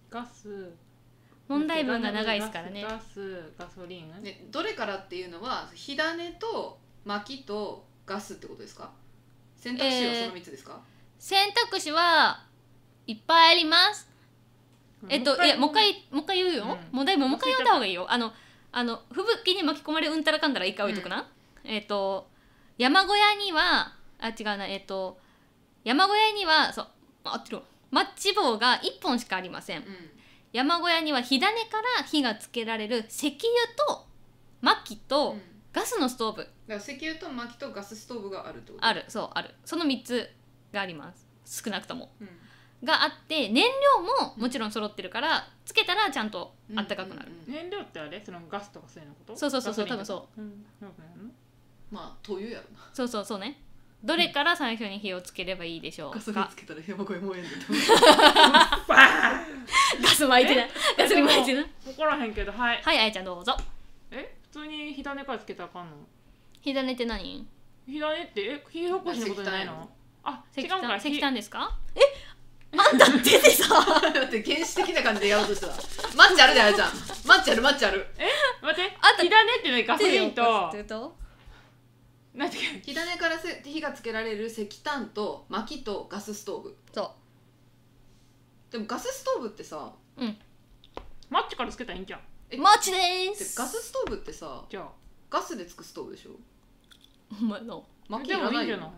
[SPEAKER 3] ガス
[SPEAKER 2] 問題文が長いですからね
[SPEAKER 3] ガスガソリン、
[SPEAKER 1] ね、どれからっていうのは火種と薪とガスってことですか選択肢はその3つですか、
[SPEAKER 2] 選択肢はいっぱいありますえっといやもう一回もう一回言うよ、
[SPEAKER 3] うん
[SPEAKER 2] 問題文もう一回読んだ方がいいよあのあの吹雪に巻き込まれうんたらかんたら一回置いとくな、えっと山小屋にはあ違うなえっと山小屋にはそうあ合ってるわマッチ棒が1本しかありません
[SPEAKER 1] う
[SPEAKER 2] 山小屋には火種から火がつけられる石油と薪
[SPEAKER 1] んう
[SPEAKER 2] と
[SPEAKER 1] ん、だか
[SPEAKER 2] ガスのストーブ
[SPEAKER 1] ら石油と薪とガスストーブがあるってこと
[SPEAKER 2] あ、るそうあるその3つがあります少なくとも
[SPEAKER 1] うん、
[SPEAKER 2] があって燃料ももちろん揃ってるからつけたらちゃんとあったかくなる、
[SPEAKER 1] うんうんうん
[SPEAKER 3] 燃料ってあれそのガスとかそういうのこと
[SPEAKER 2] そうそうそうそう
[SPEAKER 3] ガソリン
[SPEAKER 2] 多
[SPEAKER 3] とかうんなくなるの
[SPEAKER 1] まあ灯油やろな
[SPEAKER 2] そうそうそうねどれから最初に火をつければいいでしょうか
[SPEAKER 1] ガスにつけたら山小屋燃えんで
[SPEAKER 3] バーン
[SPEAKER 2] ガス巻いてないガスに巻いてない
[SPEAKER 3] 分からへんけどはい
[SPEAKER 2] はいあやちゃんどうぞ
[SPEAKER 3] え普通に火種からつけたらあかんの
[SPEAKER 2] 火種って何
[SPEAKER 3] 火種ってえ火起こしのことじゃない
[SPEAKER 1] 石炭や
[SPEAKER 3] のあ違
[SPEAKER 2] 石
[SPEAKER 3] うから
[SPEAKER 2] 炭
[SPEAKER 3] 火
[SPEAKER 2] 石炭ですかえあんた出てさあ
[SPEAKER 1] だって原始的な感じでやろうとしたらマッチあるであれじゃんマッチあるマッチある
[SPEAKER 3] 待って
[SPEAKER 2] あんた
[SPEAKER 3] 火種ってねガソリンと
[SPEAKER 2] と
[SPEAKER 3] なんていう
[SPEAKER 1] 火種からせ火がつけられる石炭と薪とガスストーブ
[SPEAKER 2] そ
[SPEAKER 1] でもガスストーブってさ
[SPEAKER 3] マッチからつけたらいいんじゃん
[SPEAKER 1] え
[SPEAKER 2] うマッチでー
[SPEAKER 1] ですガスストーブってさ
[SPEAKER 3] じゃあ
[SPEAKER 1] ガスでつくストーブでしょ
[SPEAKER 2] お前の
[SPEAKER 1] 薪い
[SPEAKER 3] で
[SPEAKER 1] ら
[SPEAKER 3] もい
[SPEAKER 1] ないい
[SPEAKER 3] んじ
[SPEAKER 1] よ
[SPEAKER 3] ゃない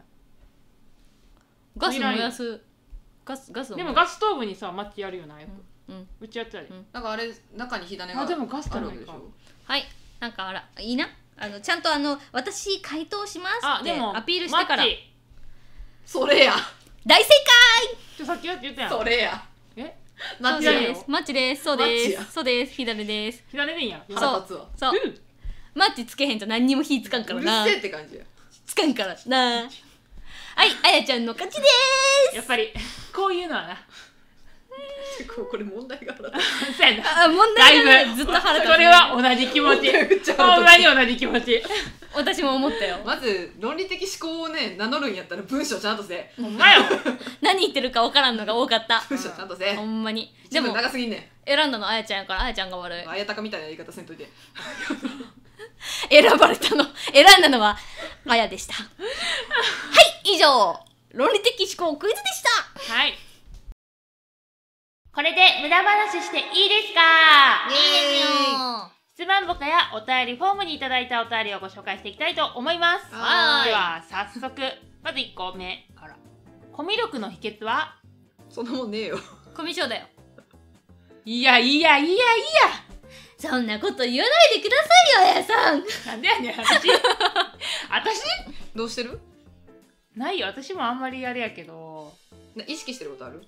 [SPEAKER 2] ガス燃やすガスガスを
[SPEAKER 3] で
[SPEAKER 2] 燃やす
[SPEAKER 3] もガスストーブにさマッチやるよなよく
[SPEAKER 2] うん
[SPEAKER 3] うちやってたで
[SPEAKER 2] うん
[SPEAKER 1] なんかあれ中に火種が
[SPEAKER 3] あでもガスじ
[SPEAKER 1] あ
[SPEAKER 3] ゃ
[SPEAKER 1] る
[SPEAKER 3] な
[SPEAKER 1] わ
[SPEAKER 3] い
[SPEAKER 1] けでし
[SPEAKER 3] か
[SPEAKER 1] ょ
[SPEAKER 2] はいなんかあらいいなあのちゃんとあの私回答しますってアピールしてから
[SPEAKER 3] マッチ
[SPEAKER 1] それや
[SPEAKER 2] 大正
[SPEAKER 3] ちょさっきやって言ったやん
[SPEAKER 1] それや
[SPEAKER 3] え
[SPEAKER 2] 解
[SPEAKER 1] マッチ
[SPEAKER 3] そ
[SPEAKER 1] や
[SPEAKER 3] う
[SPEAKER 1] る
[SPEAKER 2] で
[SPEAKER 1] よ
[SPEAKER 2] すマッチですそう
[SPEAKER 1] マッチ
[SPEAKER 2] で
[SPEAKER 1] や
[SPEAKER 2] すそうです左です
[SPEAKER 3] 火種でいいんや
[SPEAKER 2] う
[SPEAKER 1] 腹立つわ
[SPEAKER 2] そう
[SPEAKER 3] うん
[SPEAKER 2] マッチつけへんと何にも火つかんか
[SPEAKER 1] う
[SPEAKER 2] ら
[SPEAKER 1] る
[SPEAKER 2] な
[SPEAKER 1] せえって感じや
[SPEAKER 2] つかんからなはいあやちゃんの勝ちで
[SPEAKER 3] やっぱりこういうのはな
[SPEAKER 1] 結構これ問題が腹立
[SPEAKER 3] そうや
[SPEAKER 2] す
[SPEAKER 3] な
[SPEAKER 2] あ問題
[SPEAKER 3] だ
[SPEAKER 2] が
[SPEAKER 3] い
[SPEAKER 2] ね
[SPEAKER 3] ぶ
[SPEAKER 2] ずっと腹立つ
[SPEAKER 3] これは同じ気持ち
[SPEAKER 1] つ
[SPEAKER 3] ほんまに同じ気持ち
[SPEAKER 2] 私も思ったよ
[SPEAKER 1] まず論理的思考をね名乗るんやったら文章ちゃんとせ
[SPEAKER 3] ほんまよ
[SPEAKER 2] 何言ってるか分からんのが多かった
[SPEAKER 1] 文章ちゃんとせ
[SPEAKER 2] ほんまに
[SPEAKER 1] で
[SPEAKER 2] で
[SPEAKER 1] も
[SPEAKER 2] も
[SPEAKER 1] 長すぎんねん
[SPEAKER 2] 選んだのあやちゃんやからあやちゃんが悪い
[SPEAKER 1] あやたかみたいな言い方せんといて
[SPEAKER 2] 選ばれたの選んだのはあやでしたはい以上論理的思考クイズでした
[SPEAKER 3] はい
[SPEAKER 4] これで無駄話していいですか
[SPEAKER 1] イエーイ
[SPEAKER 4] 質問箱やお便りフォームにいただいたお便りをご紹介していきたいと思います。で
[SPEAKER 1] は
[SPEAKER 2] ーい
[SPEAKER 4] は早速、まず1個目から。コミュ力の秘訣は
[SPEAKER 1] そんなもんねえよ
[SPEAKER 2] コミュ障だよ
[SPEAKER 3] いやいやいやいや
[SPEAKER 2] そんなこと言わないでくださいよあやさん
[SPEAKER 3] なんでやねん私私
[SPEAKER 1] どうしてる
[SPEAKER 3] ないよ私もあんまりあれやけど
[SPEAKER 1] な意識してることある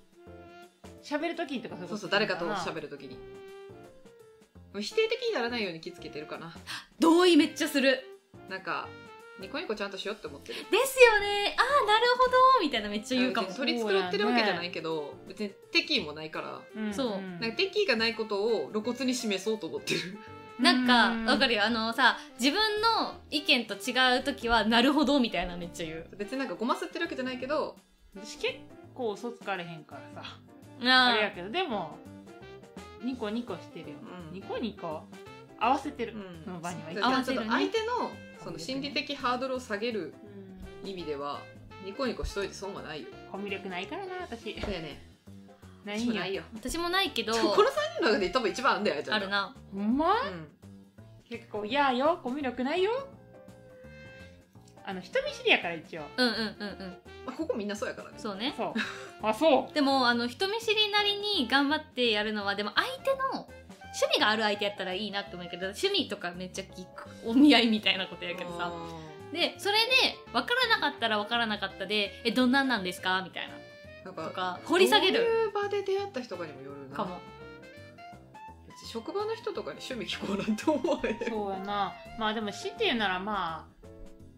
[SPEAKER 3] 喋るときとかそういう
[SPEAKER 1] そ
[SPEAKER 3] こ
[SPEAKER 1] うそ
[SPEAKER 3] と
[SPEAKER 1] う誰かと喋
[SPEAKER 3] る
[SPEAKER 1] るときに否定的にならないように気付けてるかな
[SPEAKER 2] 同意めっちゃする
[SPEAKER 1] なんかニコニコちゃんとしようって思ってる
[SPEAKER 2] ですよねああなるほどみたいなめっちゃ言うかも
[SPEAKER 1] 別に取り繕ってるわけじゃないけど、別に敵意もないから
[SPEAKER 2] そう
[SPEAKER 1] なんか敵意がないことを露骨に示そうと思ってる
[SPEAKER 2] なんかわかるよあのさ自分の意見と違う時はなるほどみたいなめっちゃ言う
[SPEAKER 1] 別になんかごますってるわけじゃないけど
[SPEAKER 3] 私結構嘘つかれへんからさあ
[SPEAKER 2] あ
[SPEAKER 3] れや
[SPEAKER 2] あ
[SPEAKER 3] けどでもニコニコしてるよ、
[SPEAKER 1] うん
[SPEAKER 3] ニコニコ合わせてる、
[SPEAKER 1] うん
[SPEAKER 3] その場にはい
[SPEAKER 1] ち
[SPEAKER 2] 合
[SPEAKER 1] ゃ
[SPEAKER 2] わ
[SPEAKER 1] ん
[SPEAKER 2] せ
[SPEAKER 1] と
[SPEAKER 2] るね
[SPEAKER 1] 相手のその心理的ハードルを下げる
[SPEAKER 3] うん
[SPEAKER 1] 意味ではニコニコしといて損はないよ
[SPEAKER 3] コミュ力ないからな私
[SPEAKER 1] だよね
[SPEAKER 3] な
[SPEAKER 1] し
[SPEAKER 3] い
[SPEAKER 1] も
[SPEAKER 3] よ
[SPEAKER 1] ないよ
[SPEAKER 2] 私もないけ ど
[SPEAKER 1] この3人の中で多分一番あんだよじゃん
[SPEAKER 2] あるな
[SPEAKER 3] ほんま
[SPEAKER 1] うん
[SPEAKER 3] 結構いやよコミュ力ないよ
[SPEAKER 5] あの人見知りやから一応
[SPEAKER 2] うんうんうんうん
[SPEAKER 1] まあ、ここみんなそうやからね
[SPEAKER 2] そうね
[SPEAKER 5] そうあそう
[SPEAKER 2] でもあの人見知りなりに頑張ってやるのはでも相手の趣味がある相手やったらいいなって思うけど趣味とかめっちゃ聞くお見合いみたいなことやけどさ
[SPEAKER 1] あ
[SPEAKER 2] でそれで分からなかったら分からなかったで「えどんなんなんですか?」みたいな
[SPEAKER 1] ーなん
[SPEAKER 2] と
[SPEAKER 1] か
[SPEAKER 2] か掘り下げ
[SPEAKER 1] どう
[SPEAKER 2] る
[SPEAKER 1] いう場で出会った人かにもよるな
[SPEAKER 2] かも
[SPEAKER 1] うち職場の人とかに趣味聞こうなんて思わへん
[SPEAKER 5] そうやな
[SPEAKER 3] まあでも死っていうならまあ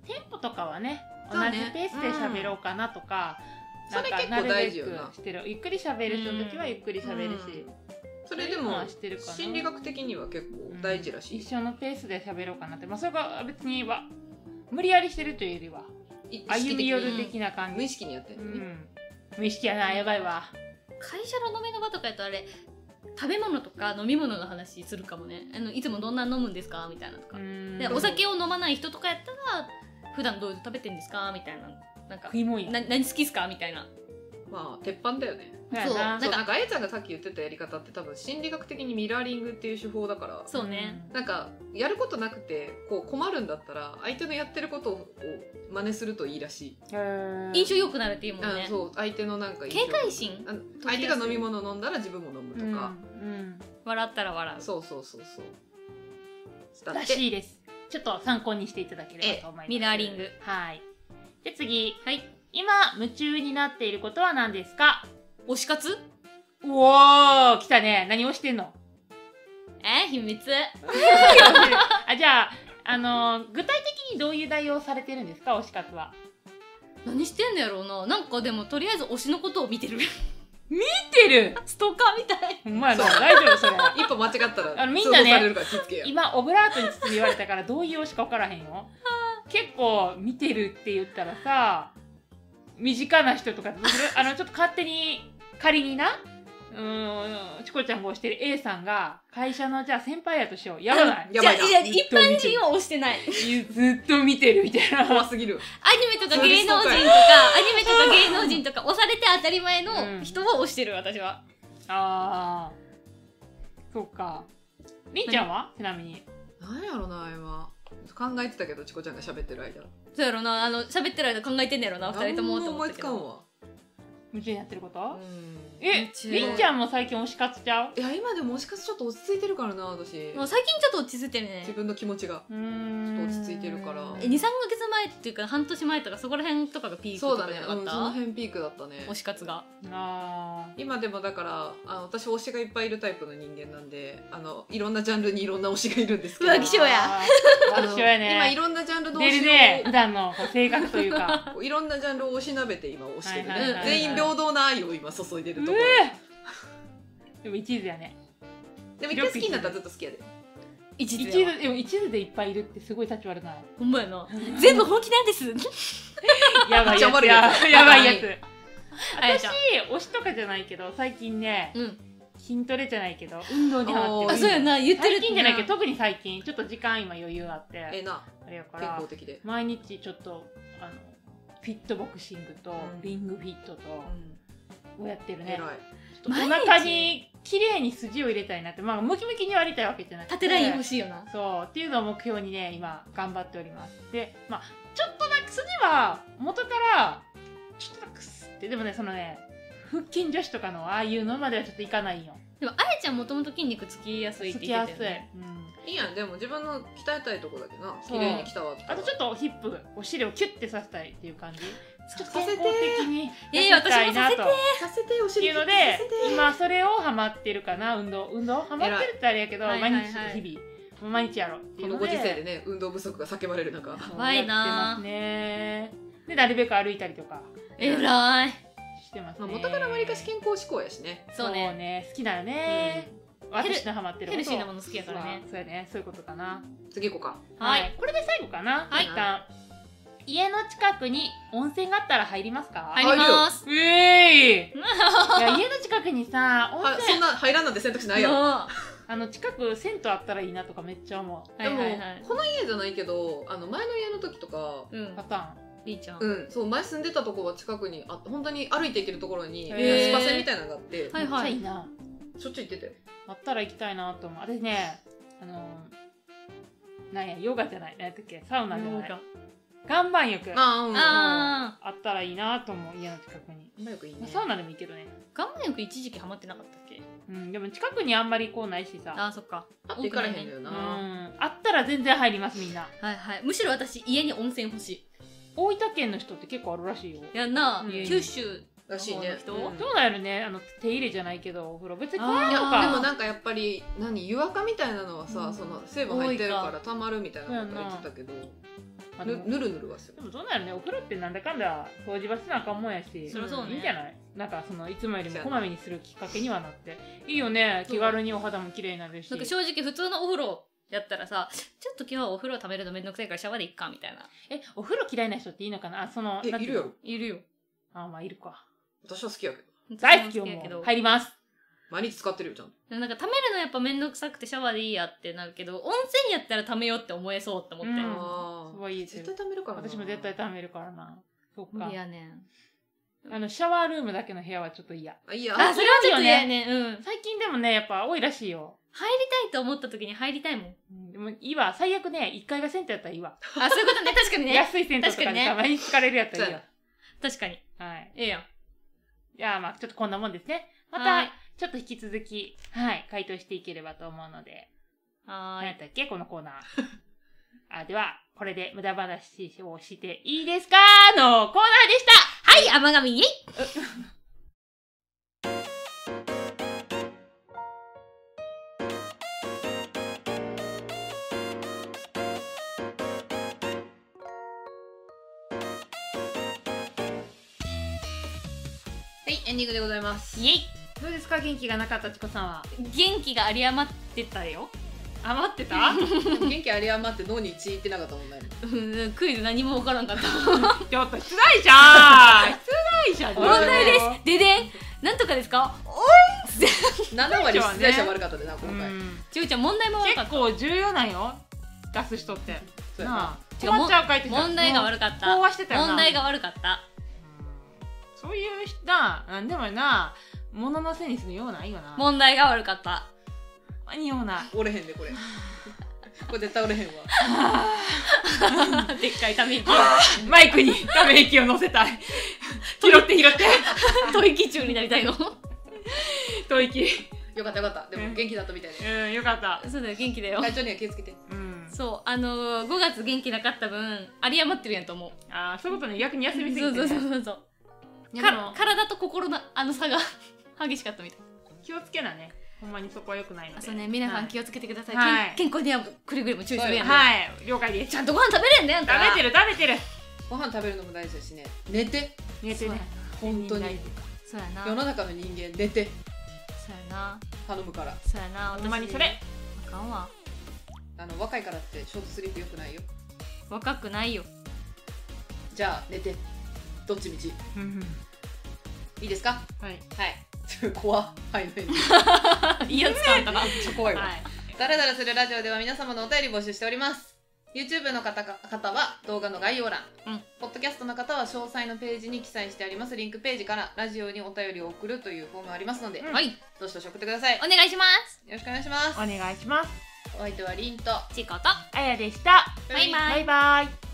[SPEAKER 3] テンポとかはね
[SPEAKER 1] そ
[SPEAKER 3] 同
[SPEAKER 1] うね
[SPEAKER 3] じペースで喋ろうかなとか、
[SPEAKER 1] うん
[SPEAKER 3] なん
[SPEAKER 1] それ
[SPEAKER 3] か
[SPEAKER 1] 結構
[SPEAKER 3] なるべく
[SPEAKER 1] 大事よな
[SPEAKER 3] してるゆっくり喋る人の時はゆっくり喋るし、
[SPEAKER 1] それで
[SPEAKER 3] そういうの
[SPEAKER 1] も
[SPEAKER 3] はしてるかな
[SPEAKER 1] 心理学的には結構大事らしい、
[SPEAKER 3] 一緒のペースで喋ろうかなってまあそれが別には無理やりしてるというよりは歩み寄る的な感
[SPEAKER 1] 無意
[SPEAKER 3] じ、
[SPEAKER 1] 識にやって
[SPEAKER 3] う
[SPEAKER 1] る、
[SPEAKER 3] ん、無意識やなやばいわ
[SPEAKER 2] 会社の飲みの場とかやとあれ食べ物とか飲み物の話するかもねあのいつもどんなん飲むんですかみたいなとか、
[SPEAKER 3] うん
[SPEAKER 2] でお酒を飲まない人とかやったら普段どういうの食べてんですかみたいななんか
[SPEAKER 3] 食いもんや
[SPEAKER 2] な何好きっすかみたいな
[SPEAKER 1] まあ鉄板だよね
[SPEAKER 2] そう
[SPEAKER 3] やな
[SPEAKER 2] な
[SPEAKER 1] そ
[SPEAKER 2] ん
[SPEAKER 1] う
[SPEAKER 2] か
[SPEAKER 1] なんかあやちゃんがさっき言ってたやり方って多分心理学的にミラーリングっていう手法だから
[SPEAKER 2] そうね、
[SPEAKER 1] なんかやることなくてこう困るんだったら相手のやってることを真似するといいらしい、
[SPEAKER 3] へー
[SPEAKER 2] 印象良くなるっていうもん
[SPEAKER 1] あ
[SPEAKER 2] ね
[SPEAKER 1] そう相手のなんか
[SPEAKER 2] 警戒心
[SPEAKER 1] あの相手が飲み物飲んだら自分も飲むとか、
[SPEAKER 3] うん
[SPEAKER 2] 笑ったら笑う
[SPEAKER 1] そうそうそうそうだ
[SPEAKER 3] ら
[SPEAKER 1] って
[SPEAKER 3] しいですちょっと参考にしていただければと思います
[SPEAKER 2] ミラーリング
[SPEAKER 3] はいじゃあ次
[SPEAKER 2] はい
[SPEAKER 3] 今夢中になっていることは何ですか
[SPEAKER 2] 推し活
[SPEAKER 3] おお来たね何をしてんの
[SPEAKER 2] えー、秘密
[SPEAKER 3] あじゃああのー具体的にどういう代用されてるんですか推し活は
[SPEAKER 2] 何してんのやろうななんかでもとりあえず推しのことを見てる
[SPEAKER 3] 見てる
[SPEAKER 2] ストーカーみたい
[SPEAKER 3] ほんまやな大丈夫それ
[SPEAKER 1] 一歩間違ったら
[SPEAKER 3] あのみ
[SPEAKER 1] 通
[SPEAKER 3] ん
[SPEAKER 1] 報
[SPEAKER 3] なね
[SPEAKER 1] されるから気付けや
[SPEAKER 3] 今オブラートに包み言われたからどういう推しか分からへんよ結構見てるって言ったらさ身近な人とかどうするあのちょっと勝手に仮になうーんチコちゃんが推してる A さんが会社のじゃあ先輩やとしようやばない
[SPEAKER 1] やばい
[SPEAKER 2] じ
[SPEAKER 1] な
[SPEAKER 2] ゃあいや一般人は推してない
[SPEAKER 3] ずっと見てるみたいな
[SPEAKER 1] 怖すぎる
[SPEAKER 2] アニメとか芸能人とか、アニメとか芸能人とか押されて当たり前の人を押してる、私は。
[SPEAKER 3] あーそうかりんちゃんはちなみに
[SPEAKER 1] なんやろな今考えてたけどチコちゃんが喋ってる間
[SPEAKER 2] そうやろな、あの、喋ってる間考えてんねやろな、二人とも
[SPEAKER 1] 何も
[SPEAKER 2] と思
[SPEAKER 1] 思
[SPEAKER 2] っ
[SPEAKER 1] い
[SPEAKER 2] た
[SPEAKER 1] つ
[SPEAKER 2] け
[SPEAKER 1] かん
[SPEAKER 2] ど。
[SPEAKER 1] わ
[SPEAKER 3] 夢中になってること、
[SPEAKER 1] うん
[SPEAKER 3] え
[SPEAKER 2] 夢中
[SPEAKER 3] りんちゃんも最近推し活ちゃう
[SPEAKER 1] いや今でも推し活ちょっと落ち着いてるからな私
[SPEAKER 2] もう最近ちょっと落ち着いてるね
[SPEAKER 1] 自。分の気持ちが
[SPEAKER 3] うーん
[SPEAKER 1] ちょっと落ち着いてるから
[SPEAKER 2] え、2、3ヶ月前っていうか、半年前とか、そこら辺とかがピーク
[SPEAKER 1] そ
[SPEAKER 2] と
[SPEAKER 1] うだ
[SPEAKER 2] かじ
[SPEAKER 1] ね
[SPEAKER 2] ゃな
[SPEAKER 1] う
[SPEAKER 2] かっ
[SPEAKER 1] んその
[SPEAKER 2] た、
[SPEAKER 1] 辺ピークだったね
[SPEAKER 2] 推し活が。
[SPEAKER 3] あ
[SPEAKER 1] 今でもだからあの私推しがいっぱいいるタイプの人間なんであのいろんなジャンルにいろんな推しがいるんですけど
[SPEAKER 2] うわ気象や
[SPEAKER 3] あ
[SPEAKER 1] あ
[SPEAKER 3] ー
[SPEAKER 1] の
[SPEAKER 3] 気象や
[SPEAKER 1] 今い
[SPEAKER 3] ね
[SPEAKER 1] ろんなジャンルの推
[SPEAKER 3] 出
[SPEAKER 1] し
[SPEAKER 3] る
[SPEAKER 1] を
[SPEAKER 3] ね普段のこう性格というか
[SPEAKER 1] いろんなジャンルを推しなべて今推してるね、
[SPEAKER 3] はい
[SPEAKER 2] はいはいはい
[SPEAKER 1] 全員平等な愛を今注いでるところ、
[SPEAKER 3] でも一途やね
[SPEAKER 1] でも一回好きになったらずっと好きやで
[SPEAKER 2] 一
[SPEAKER 3] 一
[SPEAKER 2] 時
[SPEAKER 3] 途でも一途でいっぱいいるってすごい立ち悪ない
[SPEAKER 2] ほんまやな。全部本気なんです。
[SPEAKER 3] や
[SPEAKER 1] め
[SPEAKER 3] ばいやつ
[SPEAKER 1] っちゃ悪いやつ
[SPEAKER 3] ややばいやつ
[SPEAKER 2] あやちゃん。
[SPEAKER 3] 私推しとかじゃないけど最近ね
[SPEAKER 2] うん。
[SPEAKER 3] 筋トレじゃないけど運動にハマって
[SPEAKER 1] おー
[SPEAKER 3] る
[SPEAKER 2] あ、そうやな、言ってる
[SPEAKER 3] 最近じゃないけど特に最近ちょっと時間今余裕あって
[SPEAKER 1] ええな
[SPEAKER 3] あれやか
[SPEAKER 1] 健
[SPEAKER 3] ら
[SPEAKER 1] 康的で、
[SPEAKER 3] 毎日ちょっとあのフィットボクシングと
[SPEAKER 1] うん
[SPEAKER 3] リングフィットと
[SPEAKER 1] う
[SPEAKER 3] をやってる
[SPEAKER 1] ん、偉
[SPEAKER 3] ね、
[SPEAKER 1] い
[SPEAKER 3] お
[SPEAKER 2] 毎日
[SPEAKER 3] 腹に綺麗に筋を入れたいなってまあムキムキに割りたいわけじゃなくて
[SPEAKER 2] 縦ライン欲しいよな。
[SPEAKER 3] そうっていうのを目標にね今頑張っておりますでまあちょっとだけ筋は元からちょっとだけすってでもねそのね腹筋女子とかのああいうのまではちょっといかないよ
[SPEAKER 2] でも、あやちゃんもともと筋肉つきやすいっ
[SPEAKER 3] つ
[SPEAKER 2] て
[SPEAKER 3] き
[SPEAKER 2] 言
[SPEAKER 3] や
[SPEAKER 2] っ
[SPEAKER 3] す
[SPEAKER 2] てた
[SPEAKER 3] い、
[SPEAKER 2] よね。
[SPEAKER 3] うん
[SPEAKER 1] いいやんでも自分の鍛えたいとこだけな
[SPEAKER 3] そ
[SPEAKER 1] 綺
[SPEAKER 3] う
[SPEAKER 1] 麗に来たわって
[SPEAKER 3] あとちょっとヒップお尻をキュッてさせたいっていう感じちょっと
[SPEAKER 1] させ
[SPEAKER 3] 健
[SPEAKER 1] て
[SPEAKER 3] 康的に
[SPEAKER 2] えー
[SPEAKER 3] 痩せたいなと
[SPEAKER 2] 私もさ
[SPEAKER 1] させ
[SPEAKER 2] せて
[SPEAKER 1] てお
[SPEAKER 3] って
[SPEAKER 1] 尻
[SPEAKER 3] いうので
[SPEAKER 1] させて
[SPEAKER 3] 今それをハマってるかな運動運動ハマってるってあれやけど
[SPEAKER 2] 偉い
[SPEAKER 3] 毎日
[SPEAKER 2] はいはいはい
[SPEAKER 3] 日々もう毎日やろうってい
[SPEAKER 1] こ
[SPEAKER 3] う
[SPEAKER 1] の
[SPEAKER 3] の
[SPEAKER 1] ご
[SPEAKER 3] で
[SPEAKER 1] 時世でね運動不足が叫ばれる中
[SPEAKER 3] そう
[SPEAKER 2] やばいな
[SPEAKER 3] やってますねでなるべく歩いたりとか
[SPEAKER 2] えらい。
[SPEAKER 3] してます
[SPEAKER 1] ま
[SPEAKER 3] ね
[SPEAKER 1] あ、元からわりかし健康志向やしね
[SPEAKER 2] そうね。
[SPEAKER 3] 好きだよね、
[SPEAKER 2] ヘル
[SPEAKER 3] 私のハマってること
[SPEAKER 2] ヘルシーなもの好きやからね
[SPEAKER 3] そうそうやねそういうことかな
[SPEAKER 1] 次行こうか
[SPEAKER 2] はい
[SPEAKER 3] これで最後かな、
[SPEAKER 2] はい
[SPEAKER 3] 一旦家の近くに温泉があったら入りますか
[SPEAKER 2] 入ります。
[SPEAKER 3] うえーいいや家の近くにさ温
[SPEAKER 1] は
[SPEAKER 3] 泉
[SPEAKER 1] そんな入らんなんて選択肢ない
[SPEAKER 2] よ。
[SPEAKER 1] よ、
[SPEAKER 2] は
[SPEAKER 3] あの近く銭湯あったらいいなとかめっちゃ思う
[SPEAKER 2] いはいは
[SPEAKER 1] で
[SPEAKER 2] い
[SPEAKER 1] も。この家じゃないけどあの前の家の時とか
[SPEAKER 2] うん
[SPEAKER 3] パ。ターン
[SPEAKER 2] りーちゃん。
[SPEAKER 1] うん、そう前住んでたとこは近くにあ本当に歩いて行けるところに
[SPEAKER 3] へ
[SPEAKER 1] 足
[SPEAKER 3] ー
[SPEAKER 1] 場線みたいなのがあって、
[SPEAKER 2] はいは
[SPEAKER 3] めっ
[SPEAKER 2] い
[SPEAKER 3] ちゃいい。な
[SPEAKER 1] しょっちゅう行ってたよ
[SPEAKER 3] あったら行きたいなと思う私ねあのーなんやヨガじゃないなんやったっけサウナじゃない岩盤浴あ
[SPEAKER 1] まあ、うん、
[SPEAKER 2] あ
[SPEAKER 3] ったらいいなと思う家の近くに、
[SPEAKER 1] うまくいいね
[SPEAKER 3] まあ、サウナでもいいけどね、
[SPEAKER 2] ー我慢よく一時期ハマってなかったっけ
[SPEAKER 3] うん、でも近くにあんまりこうないしさ
[SPEAKER 2] あーそっか
[SPEAKER 1] あって行かれへん
[SPEAKER 2] 多
[SPEAKER 1] のよ
[SPEAKER 2] く
[SPEAKER 3] う
[SPEAKER 1] な、
[SPEAKER 3] んあったら全然入りますみんな
[SPEAKER 2] ないねはいはいむしろ私家に温泉欲しい
[SPEAKER 3] 大分県の人って結構あるらしいよ
[SPEAKER 2] やんな、
[SPEAKER 1] うん
[SPEAKER 2] 九州
[SPEAKER 1] らしいね、
[SPEAKER 2] そ
[SPEAKER 1] うん
[SPEAKER 2] う
[SPEAKER 1] い
[SPEAKER 3] そうだよねあの手入れじゃないけどお風呂別に変
[SPEAKER 1] や
[SPEAKER 3] わらんの
[SPEAKER 2] あー
[SPEAKER 1] でも
[SPEAKER 3] か
[SPEAKER 1] なんかやっぱり何湯垢みたいなのはさ、
[SPEAKER 3] うん
[SPEAKER 1] その成分入ってるからたまるみたいなことは言ってたけど、
[SPEAKER 3] あで
[SPEAKER 1] ぬ
[SPEAKER 3] も
[SPEAKER 1] ぬるぬるはする
[SPEAKER 3] でもどうなるねお風呂ってなんだかんだ掃除場せなあかんもんやし
[SPEAKER 2] そりゃそうね
[SPEAKER 3] いいんじゃないなんかそのいつもより
[SPEAKER 1] そう
[SPEAKER 3] も
[SPEAKER 1] や
[SPEAKER 3] こ
[SPEAKER 1] な
[SPEAKER 3] まめにするきっかけにはなっていいよね
[SPEAKER 2] そう
[SPEAKER 3] 気軽にお肌も綺麗になるし
[SPEAKER 2] なんか正直普通のお風呂やったらさちょっと今日はお風呂溜めるのめんどくさいからシャワーでいっかみたいな
[SPEAKER 3] えお風呂嫌いな人っていいのかなあその
[SPEAKER 1] え
[SPEAKER 3] なんて
[SPEAKER 1] いうる
[SPEAKER 3] の
[SPEAKER 1] やろ
[SPEAKER 2] いるよ
[SPEAKER 3] あまあいるか
[SPEAKER 1] 私は好きやけど
[SPEAKER 3] 大好きよ
[SPEAKER 2] 私もやけ
[SPEAKER 3] もう
[SPEAKER 2] ど
[SPEAKER 3] 入ります
[SPEAKER 1] 毎日使ってるよちゃんと
[SPEAKER 2] なんか溜めるのやっぱめんどくさくてシャワーでいいやってなるけど温泉やったら溜めようって思えそうって思って、
[SPEAKER 3] うん
[SPEAKER 1] あ
[SPEAKER 3] す
[SPEAKER 1] あ
[SPEAKER 3] ごいいいです
[SPEAKER 1] 絶
[SPEAKER 3] よ
[SPEAKER 1] 対貯めるからな
[SPEAKER 3] 私も絶対貯めるからなそっ
[SPEAKER 2] 無
[SPEAKER 3] か
[SPEAKER 2] 理やねん
[SPEAKER 3] あのシャワールームだけの部屋はちょっと嫌
[SPEAKER 1] あいいや
[SPEAKER 2] あそれはちょっと嫌
[SPEAKER 3] 違
[SPEAKER 2] や
[SPEAKER 3] う
[SPEAKER 2] ねんうん入り
[SPEAKER 3] 最近でもねやっぱ多いらしいよ、
[SPEAKER 2] たいと思った時に入りたい もん
[SPEAKER 3] うん、でもいいわ最悪ね1階が銭湯やったらいいわ、
[SPEAKER 2] あそういうことね確かにね
[SPEAKER 3] 安い銭湯と
[SPEAKER 2] 確か
[SPEAKER 3] か
[SPEAKER 2] に
[SPEAKER 3] に
[SPEAKER 2] ね
[SPEAKER 3] たまに疲れるやったらいいわ、
[SPEAKER 2] 確かに
[SPEAKER 3] はい
[SPEAKER 2] ええやん
[SPEAKER 3] いやーまあちょっとこんなもんですねま
[SPEAKER 2] は
[SPEAKER 3] た
[SPEAKER 2] い
[SPEAKER 3] ちょっと引き続きはい回答していければと思うので
[SPEAKER 2] は
[SPEAKER 3] 何
[SPEAKER 2] ー
[SPEAKER 3] や
[SPEAKER 2] い
[SPEAKER 3] ったっけこのコー ナーあではこれで無駄話をしていいですかのコーナーでした
[SPEAKER 2] はい甘神イエイ
[SPEAKER 1] はいエンディングでござい ます
[SPEAKER 2] イエイ
[SPEAKER 3] どうですか元気がなかったチコさんは
[SPEAKER 2] 元気が有り余ってたよ
[SPEAKER 3] 余って た
[SPEAKER 1] 元気あり余って脳に血いってなかったもんね
[SPEAKER 2] うんクイズ何も分からんかった
[SPEAKER 3] ちょっと失礼じゃん 失礼じゃん
[SPEAKER 2] 問題ですででんなんとかですか
[SPEAKER 1] 7割出題者悪かったでな今
[SPEAKER 3] う
[SPEAKER 1] 回
[SPEAKER 3] ん
[SPEAKER 2] ちうちゃん問題も悪かっ
[SPEAKER 3] 結構重要なんよ出す人って
[SPEAKER 1] そうやな
[SPEAKER 3] なあ困っちゃうかいって
[SPEAKER 2] た
[SPEAKER 3] 言って
[SPEAKER 2] 問題が悪かった
[SPEAKER 3] 飽和してたよな
[SPEAKER 2] 問題が悪かった
[SPEAKER 3] そういう人ななんでもな物のせいにするようないよな
[SPEAKER 2] 問題が悪かった
[SPEAKER 3] 何ような
[SPEAKER 1] 折れへんで これこれ絶対折れへんわ
[SPEAKER 2] でっかいため 息
[SPEAKER 3] マイクにため息を乗せたい 拾って拾って
[SPEAKER 2] 吐息中になりたいのそ
[SPEAKER 3] 吐息
[SPEAKER 1] よかったよかったで
[SPEAKER 3] う
[SPEAKER 1] も
[SPEAKER 3] ん
[SPEAKER 1] 元気だったみたいで
[SPEAKER 3] うんよかった
[SPEAKER 2] うだよ元気だよ
[SPEAKER 1] 体調には気をつけて
[SPEAKER 3] うん
[SPEAKER 2] そうあのー、5月元気なかった分有り余ってるやんと思う
[SPEAKER 3] あーそういうことね逆に休みすぎ
[SPEAKER 2] そう
[SPEAKER 3] て
[SPEAKER 2] そうそ
[SPEAKER 3] ね
[SPEAKER 2] うそうそう
[SPEAKER 3] いやで
[SPEAKER 2] か
[SPEAKER 3] も
[SPEAKER 2] 体と心のあの差が激しかったみたい
[SPEAKER 3] 気をつけなねほんまにそこは良くないので
[SPEAKER 2] あそうね皆さん気
[SPEAKER 3] を
[SPEAKER 2] をつけてください、
[SPEAKER 3] はい
[SPEAKER 2] 健健康にはくれぐれも注意するやん、
[SPEAKER 3] はい了解です
[SPEAKER 2] ちゃんとご飯食べれんだよあんた
[SPEAKER 3] 食べてる食べてる
[SPEAKER 1] ご飯食べるのも大事だしね寝て
[SPEAKER 3] 寝てね
[SPEAKER 1] 本当に
[SPEAKER 2] そうやなそ
[SPEAKER 1] 世
[SPEAKER 2] うやな
[SPEAKER 1] の中の人間寝て
[SPEAKER 2] そうやな
[SPEAKER 1] 頼むから
[SPEAKER 2] そうやな
[SPEAKER 3] ほんまにそれ
[SPEAKER 2] あかんわ
[SPEAKER 1] あの若いからってショートスリープよくないよ
[SPEAKER 2] 若くない よ
[SPEAKER 1] じゃあ寝てどっちみちいいですか
[SPEAKER 3] はい
[SPEAKER 1] はい 怖っはいはい
[SPEAKER 2] いいやつかあんたがはい
[SPEAKER 1] めっちゃ怖いわ、ダラダラするラジオでは皆様のお便り募集しております YouTube の方か方は動画の概要欄、
[SPEAKER 2] うん
[SPEAKER 1] ポッドキャストの方は詳細のページに記載してありますリンクページからラジオにお便りを送るというフォームありますので、
[SPEAKER 3] うん
[SPEAKER 2] はい
[SPEAKER 1] どうしどし送ってくださいよ
[SPEAKER 2] お願いします
[SPEAKER 1] ろしくお願いします
[SPEAKER 3] お願いします
[SPEAKER 1] お相手はリンと
[SPEAKER 2] チコと
[SPEAKER 3] あやでした
[SPEAKER 2] バイバイ
[SPEAKER 3] バイバイ